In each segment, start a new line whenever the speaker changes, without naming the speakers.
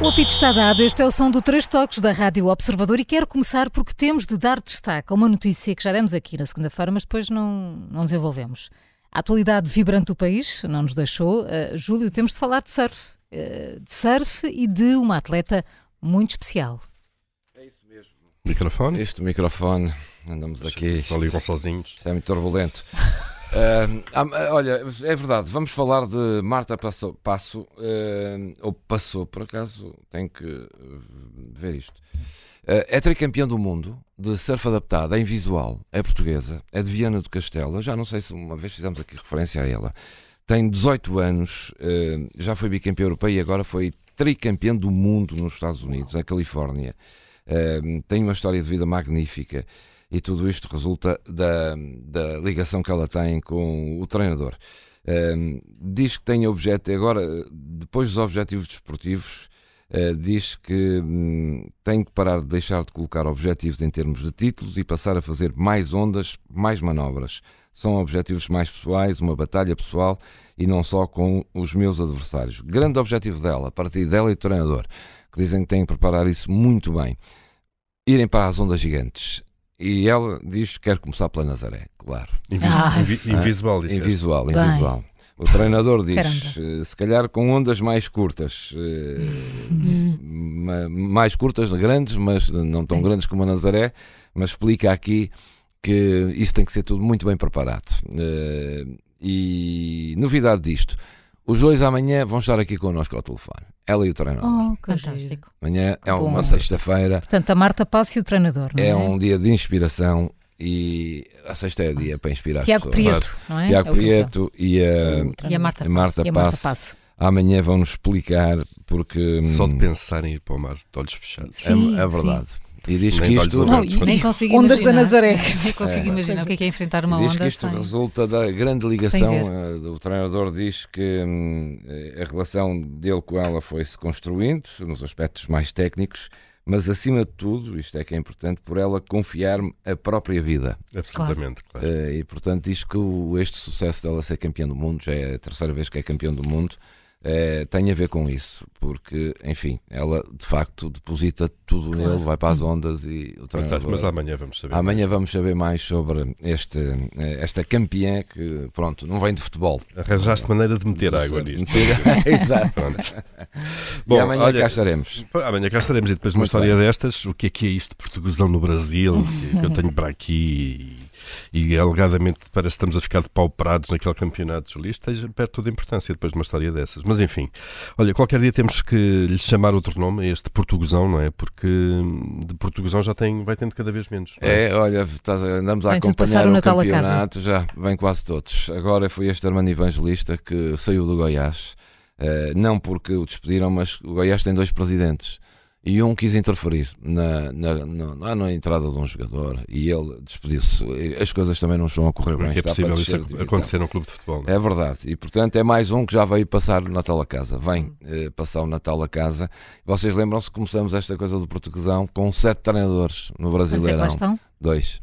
O apito está dado. Este é o som do Três Toques da Rádio Observador e quero começar porque temos de dar destaque a uma notícia que já demos aqui na segunda-feira, mas depois não, não desenvolvemos. A atualidade vibrante do país não nos deixou. Uh, Júlio, temos de falar de surf. Uh, de surf e de uma atleta muito especial.
É isso mesmo.
Microfone.
Este microfone, andamos aqui.
Só ligam sozinhos.
Isto é muito turbulento. Ahm, ah, olha, é verdade, vamos falar de Marta Passo, Passo ahm, ou Passou, por acaso tenho que eh, ver isto. Ah, é tricampeã do mundo de surf adaptado em visual, é portuguesa, é de Viana do Castelo. Eu já não sei se uma vez fizemos aqui referência a ela. Tem 18 anos, ahm, já foi bicampeã europeia e agora foi tricampeã do mundo nos Estados Unidos, na Califórnia. Ahm, tem uma história de vida magnífica e tudo isto resulta da, da ligação que ela tem com o treinador. Ahm, diz que tem objeto, agora, depois dos objetivos desportivos, ah, diz que hum, tem que parar de deixar de colocar objetivos em termos de títulos e passar a fazer mais ondas, mais manobras. São objetivos mais pessoais, uma batalha pessoal e não só com os meus adversários. Grande objetivo dela, a partir dela e do treinador, que dizem que têm que preparar isso muito bem. Irem para as ondas gigantes. E ela diz que quer começar pela Nazaré, claro.
Invis
Ah.
invi- invisible, é. disseste.
Invisual,
Bem.
invisual. O treinador diz, eh, se calhar com ondas mais curtas, eh, ma- mais curtas, grandes, mas não tão
Sim.
grandes como a Nazaré, mas explica aqui que isso tem que ser tudo muito bem preparado. Eh, E novidade disto, os dois amanhã vão estar aqui connosco ao telefone, ela e o treinador.
Oh, que giro.
Fantástico.
Amanhã é
bom.
uma sexta-feira,
Portanto, a Marta Passo e o treinador, não é?
é um dia de inspiração e a sexta é dia para inspirar as
Tiago
pessoas.
Prieto, não é?
Tiago
É o que se chama.
Prieto e a,
E a Marta
a Marta
E a Marta
Passo.
Passo.
Amanhã vão-nos explicar porque
Só de
hum,
pensar em ir para o mar de olhos fechados.
é,
Sim,
é verdade. E diz
Nem
que
de olhos
isto,
abertos.
Não,
Roberto,
e
quando-
nem consigo
Ondas da
imaginar.
Nazaré.
Nem consigo
É.
imaginar o que é que é enfrentar uma
diz
onda
que isto é um
sem-
resulta da grande
Sem
ligação. eh, O treinador diz que hum, eh, a relação dele com ela foi-se construindo nos aspectos mais técnicos, mas acima de tudo, isto é que é importante, por ela confiar-me a própria vida.
Absolutamente, claro.
Eh, e portanto diz que o- este sucesso dela ser campeã do mundo, já é a terceira vez que é campeã do mundo, eh, tem a ver com isso, porque, enfim, ela de facto deposita tudo
Claro.
nele, vai para as ondas e o
Fantástico, Então, tá, Mas
treinador.
amanhã vamos saber.
é Amanhã vamos saber mais sobre este, eh, esta campeã que, pronto, não vem de futebol.
Arranjaste maneira de meter água nisto.
Exato.
Pronto.
e amanhã
olha,
cá estaremos.
Pá, Amanhã ah, cá estaremos e depois uma
Muito
história destas, o que é que é isto de portuguesão no Brasil, que, que eu tenho para aqui e, e alegadamente parece que estamos a ficar de pauperados naquele campeonato Júlio, isto esteja perto toda a importância depois de uma história dessas, mas enfim, olha, qualquer dia temos que lhe chamar outro nome, a este portuguesão, não é? Porque hum, de portuguesão já tem, vai tendo cada vez menos. não é?
É, olha, estás a- andamos a
Vem tudo
acompanhar
passar o
o,
Natal a casa.
campeonato, já vem quase todos. Agora foi este Armando Evangelista que saiu do Goiás, eh, não porque o despediram, mas o Goiás tem dois presidentes e um quis interferir na, na, na, lá na entrada de um jogador e ele despediu-se. E As coisas também não estão a correr
Como
bem.
é que é
está para
possível
descer
isso
de divisão.
acontecer num clube de futebol? não é?
É verdade. E portanto é mais um que já veio passar o Natal a casa. Vem
Hum.
eh, passar o Natal a casa. Vocês lembram-se que começamos esta coisa do portuguesão com sete treinadores
Quantos é que
no
lá
Brasileirão.
estão?
Dois.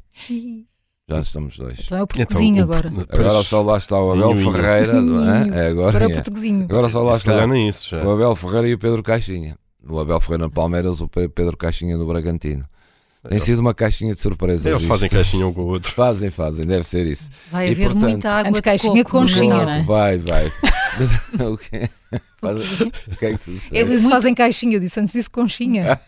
Já estamos dois.
Então é o
Então,
portuguesinho
o-
agora.
Agora só lá está o Abel
Inho, inho.
Ferreira. não é? É agora,
Agora é o
é.
portuguesinho.
Agora só lá
Se calhar
está
nem isso já.
o Abel Ferreira e o Pedro Caixinha. O Abel Ferreira no Palmeiras, o Pe- Pedro Caixinha no Bragantino. Tem sido uma caixinha de surpresas.
Então. Eles
isto.
fazem caixinha um com o outro.
Fazem, fazem, deve ser isso.
Vai
E,
haver
portanto,
muita água
antes
de
caixinha,
coco,
conchinha,
não é?
não é?
Vai, vai. o quê? Faz- o que é que tu disseste?
Eles fazem caixinha, eu disse antes isso conchinha.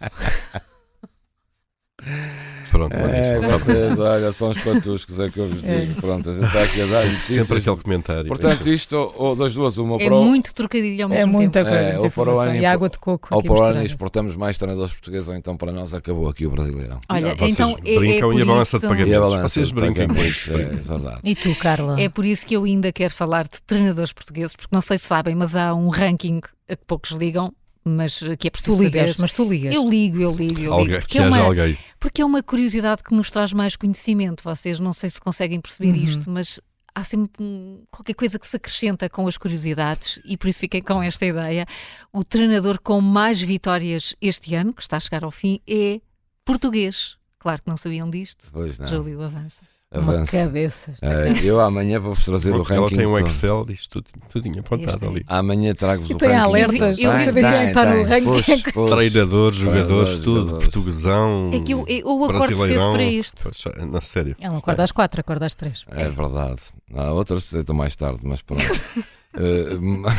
Pronto, não é
É,
isso. Tá bom.
vocês, olha, são os patuscos, é que eu vos digo. Pronto, a gente está aqui a
Sempre,
dar
tá sempre
notícias.
aquele comentário.
Portanto, isto, ou das duas, uma
É
para o-
muito trocadilho ao
É
mesmo
muita
tempo.
coisa.
É,
muita
ou para o
informação.
ano
e
e
água de coco.
Ao
aqui
para o ano
misturada.
exportamos mais treinadores portugueses, ou então para nós acabou aqui o Brasileirão.
Olha,
Ah, vocês
então é, é
brincam
por
e a balança de
isso-
pagamento.
E a
Vocês
balança de
brincam
pagamento,
muito,
É verdade.
E tu, Carla?
É por isso que eu ainda quero falar de treinadores portugueses, porque não sei se sabem, mas há um ranking a que poucos ligam, mas que é preciso
tu ligas,
saber.
mas tu ligas.
Eu ligo, eu ligo, eu ligo.
Alguém,
porque
que
é
haja
uma-
alguém.
Porque é uma curiosidade que nos traz mais conhecimento. Vocês não sei se conseguem perceber
Uhum.
isto, mas há sempre hum, qualquer coisa que se acrescenta com as curiosidades e por isso fiquei com esta ideia. O treinador com mais vitórias este ano, que está a chegar ao fim, é português. Claro que não sabiam disto.
Pois
Ah.
não.
Júlio, avança.
Avança.
cabeças.
Eh, eu amanhã vou-vos trazer o
Ela
ranking.
tem um
todo.
Excel, diz tudo, tudinho apontado
Este é aí.
ali.
Amanhã trago-vos
E
o
tem
ranking.
alertas,
Tem,
para saber
tem,
está
quem
é tá no
tem.
ranking.
tá. Pois, pois.
Treinadores, jogadores,
Treinadores,
tudo,
jogadores.
portuguesão.
É que eu, eu acordo cedo
brasileirão.
para isto.
Poxa, Na sério.
Ela acorda às quatro, acorda às três.
É verdade. Há outras que aceitam mais tarde, mas pronto. Eh, ma-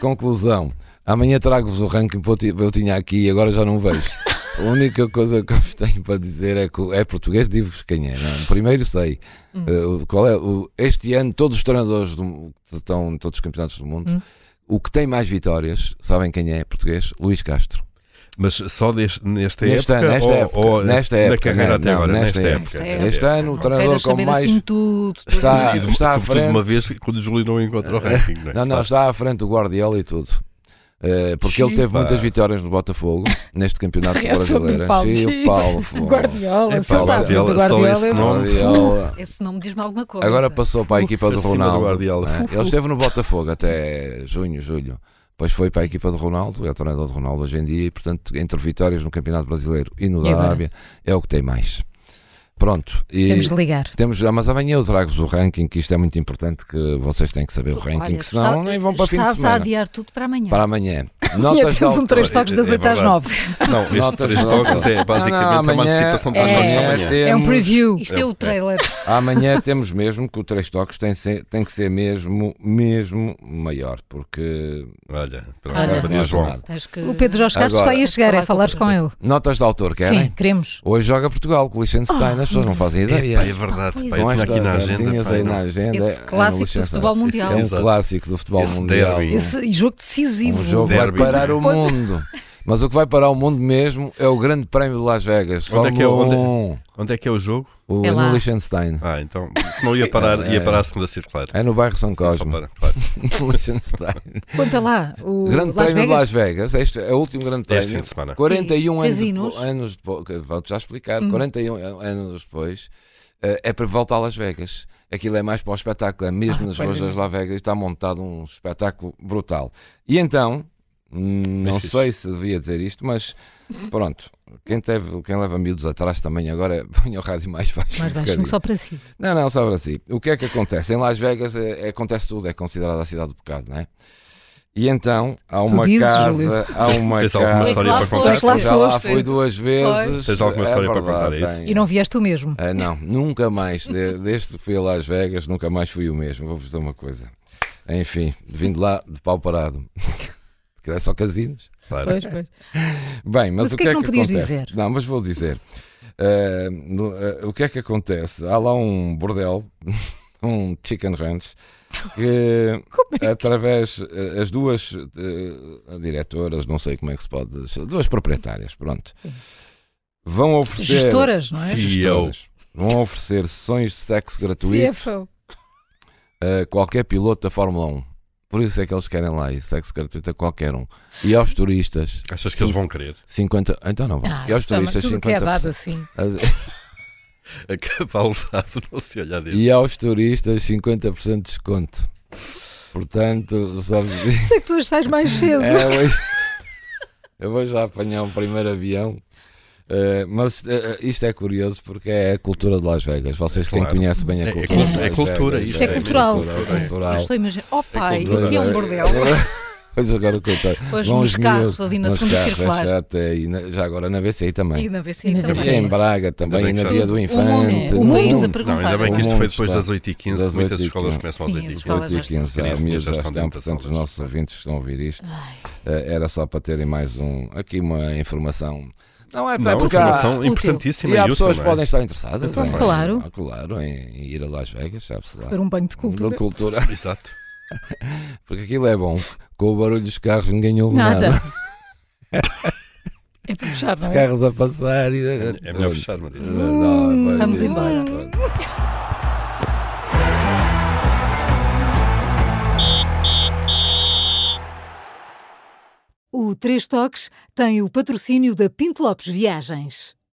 Conclusão. Amanhã trago-vos o ranking que eu ti- eu tinha aqui e agora já não vejo. A única coisa que eu vos tenho para dizer é que o- é português, digo-vos quem é. não é? Primeiro sei.
Hum.
Eh, o- qual é, o- este ano, todos os treinadores do, que estão em todos os campeonatos do mundo,
Hum.
o que tem mais vitórias, sabem quem é português? Luís Castro.
Mas só deste, nesta
Nesta-
época?
nesta
ou,
época,
ou
nesta
na
época,
carreira até
não,
agora?
nesta
Nesta,
época.
época.
Nesta
Este ano, o treinador
Queres
com
saber
mais.
assim tudo. tudo.
Está,
E de-
está à
sobretudo
frente.
uma vez quando o Júlio não encontra o ranking, não é?
Não, não, está à frente o Guardiola e tudo. Eh, porque ele teve
Chipa.
muitas vitórias no Botafogo, neste campeonato
Reação do
brasileiro.
Paulo.
Sim, o Paulo. foi-
Guardiola,
É,
pá,
tá
sentado do
Guardiola, só esse
é bom.
nome.
Guardiola.
Esse nome diz-me alguma coisa.
Agora passou para a equipa do
Acima do
Ronaldo.
Guardiola.
né? Ele esteve no Botafogo até junho, julho. Depois foi para a equipa do Ronaldo, é o treinador do Ronaldo hoje em dia, e portanto, entre vitórias no Campeonato Brasileiro e no
E
da
agora?
Arábia, é o que tem mais. Pronto, e
Temos
temos,
de ligar.
ah, mas amanhã eu trago-vos o ranking, que isto é muito importante, que vocês têm que saber o ranking,
Olha,
que senão
está-
nem vão para o fim de
Estás a
semana.
adiar tudo para amanhã.
Para amanhã.
E
Notas de
temos um
autor.
três toques das
É
8 às
verdade.
9.
Não, este
Notas
3
de
toques
autor.
é basicamente
Não, não,
uma
amanhã-
antecipação para os
é-
jogos da
amanhã
manhã.
É um
temos-
preview.
Isto é o trailer.
Amanhã temos mesmo que o três toques tem, ser- tem que ser mesmo, mesmo maior, porque é
Olha, pelo
Olha.
amor de Deus, João.
Tens que-
O Pedro Jorge Carlos
Agora.
está aí a chegar, é falares com ele.
Notas de autor, querem?
Sim, queremos.
Hoje joga Portugal com o Liechtenstein, as pessoas não fazem
É, pá, é
ideia.
verdade, pá,
Com
eu tinha aqui na
estas
agenda.
cantinhas
pá,
aí
não-
na agenda, é- é
Esse
no
clássico do
Liechtenstein.
futebol mundial.
É um
Exato.
clássico do futebol
Esse
mundial.
derby.
Esse jogo decisivo.
Um jogo que vai
Derby,
parar o
sim.
mundo. Mas o que vai parar o mundo mesmo é o Grande Prémio de Las Vegas.
Onde é que é? Onde
Fórmula
é?
1,
Onde é que é o jogo?
o,
É lá.
no Liechtenstein.
Ah, então, se não ia parar, ia parar a segunda circular.
É no bairro São
Só
Cosme.
para- claro.
Liechtenstein.
Conta lá. O
É. Grande
Las
Prémio de
Vegas.
Las Vegas. Este é o último Grande
Este
Prémio.
fim de semana.
41 anos
Casinos.
depois, anos depois, que vou-te já explicar,
Uhum.
41 an- anos depois, eh, é para voltar a Las Vegas. Aquilo é mais para o espetáculo, é mesmo
Ah,
nas
pois
ruas
é.
das Las Vegas, está montado um espetáculo brutal. E então, hum, não
fixe.
sei se devia dizer isto, mas pronto, quem, teve, quem leva miúdos atrás também agora põe o rádio mais baixo.
Mais
um
baixinho
bocadinho.
só para si.
Não, não, só para si. O que é que acontece? Em Las Vegas eh, acontece tudo, é considerada a cidade do pecado, não é? E então há
Tu
uma
dizes,
casa,
Júlio.
é há uma
Tens
casa.
alguma história
lá
para
foste.
contar?
Lá
já lá
foste.
fui duas vezes.
Tens alguma história para contar, é isso?
tenho.
E não vieste tu mesmo.
Ah, não, nunca mais. De- desde que fui a Las Vegas, nunca mais fui o mesmo. Vou-vos dizer uma coisa. Enfim, vim de lá de pau parado. Que é só casinos.
Claro.
Pois, pois.
Bem,
Mas
mas, o que é que,
não podias
acontece?
dizer?
Não, mas vou dizer. Ah, no- ah, o que é que acontece? Há lá um bordel, um chicken ranch, que
é
através eh, as duas eh, diretoras, não sei como é que se pode, duas proprietárias, pronto, vão oferecer
Gestoras, não é?
Sim.
gestoras, vão oferecer sessões de sexo gratuito
CFO.
a qualquer piloto da Fórmula 1. Por isso é que eles querem lá e sexo gratuito a qualquer um. E aos turistas,
Achas que eles vão querer?
50, então não vão.
Ah,
e aos
toma,
turistas
tudo o que é dado
50%.
assim.
A cavalo usado, não se olhar dele.
E aos turistas 50% de desconto. Portanto, sabes,
Sei É que tu as sais mais cedo.
É, hoje- Eu vou já apanhar um primeiro avião. Eh, mas eh, isto é curioso porque é a cultura de Las Vegas. Vocês, quem
Claro.
conhece bem
É-
a
é
cultura.
cultu-
de
é
Las
cultura,
Vegas,
isto é cultural.
cultura, é
Eu
cultural.
estou a imaginar. Oh pai,
cultura,
o que é um bordel?
Pois agora o que eu tenho.
Hoje
Vão
nos
os
carros,
miúdos,
ali na
nos
segunda
carros,
circular.
Já, até, e na- já agora na VCI
E
também.
na VC
E na
também.
E em Braga também,
Ainda
e
bem
na
que
Via
já-
do
O mundo,
Infante.
o
no
país a
mundo.
Não,
perguntar.
ainda bem que isto
O
foi
mundo
depois
está.
das 8h15,
Das
muitas
8h15.
escolas começam às
Sim, as
8h15.
escolas
Depois de
já estão.
15
Crianças
há miúdos
já
já
estão
estão,
dentro das
portanto, os
aulas.
nossos ouvintes que estão a ouvir isto.
Ai,
Eh, Era só para terem mais um. Aqui uma informação. Não é
Não,
até porque há-
informação
útil.
importantíssima
E há
e útil,
pessoas que
não é?
podem estar interessadas
Então,
em,
claro.
ah, claro, em ir a Las Vegas, sabe-se lá.
Receber um banho de cultura.
Da cultura,
Exato.
porque aquilo é bom. Com o barulho dos carros ninguém ouve nada.
Nada. É para puxar, não
Os
é?
carros a passar e.
É melhor fechar, Maria.
Vamos embora.
O
Três Toques tem o patrocínio da Pinto Lopes Viagens.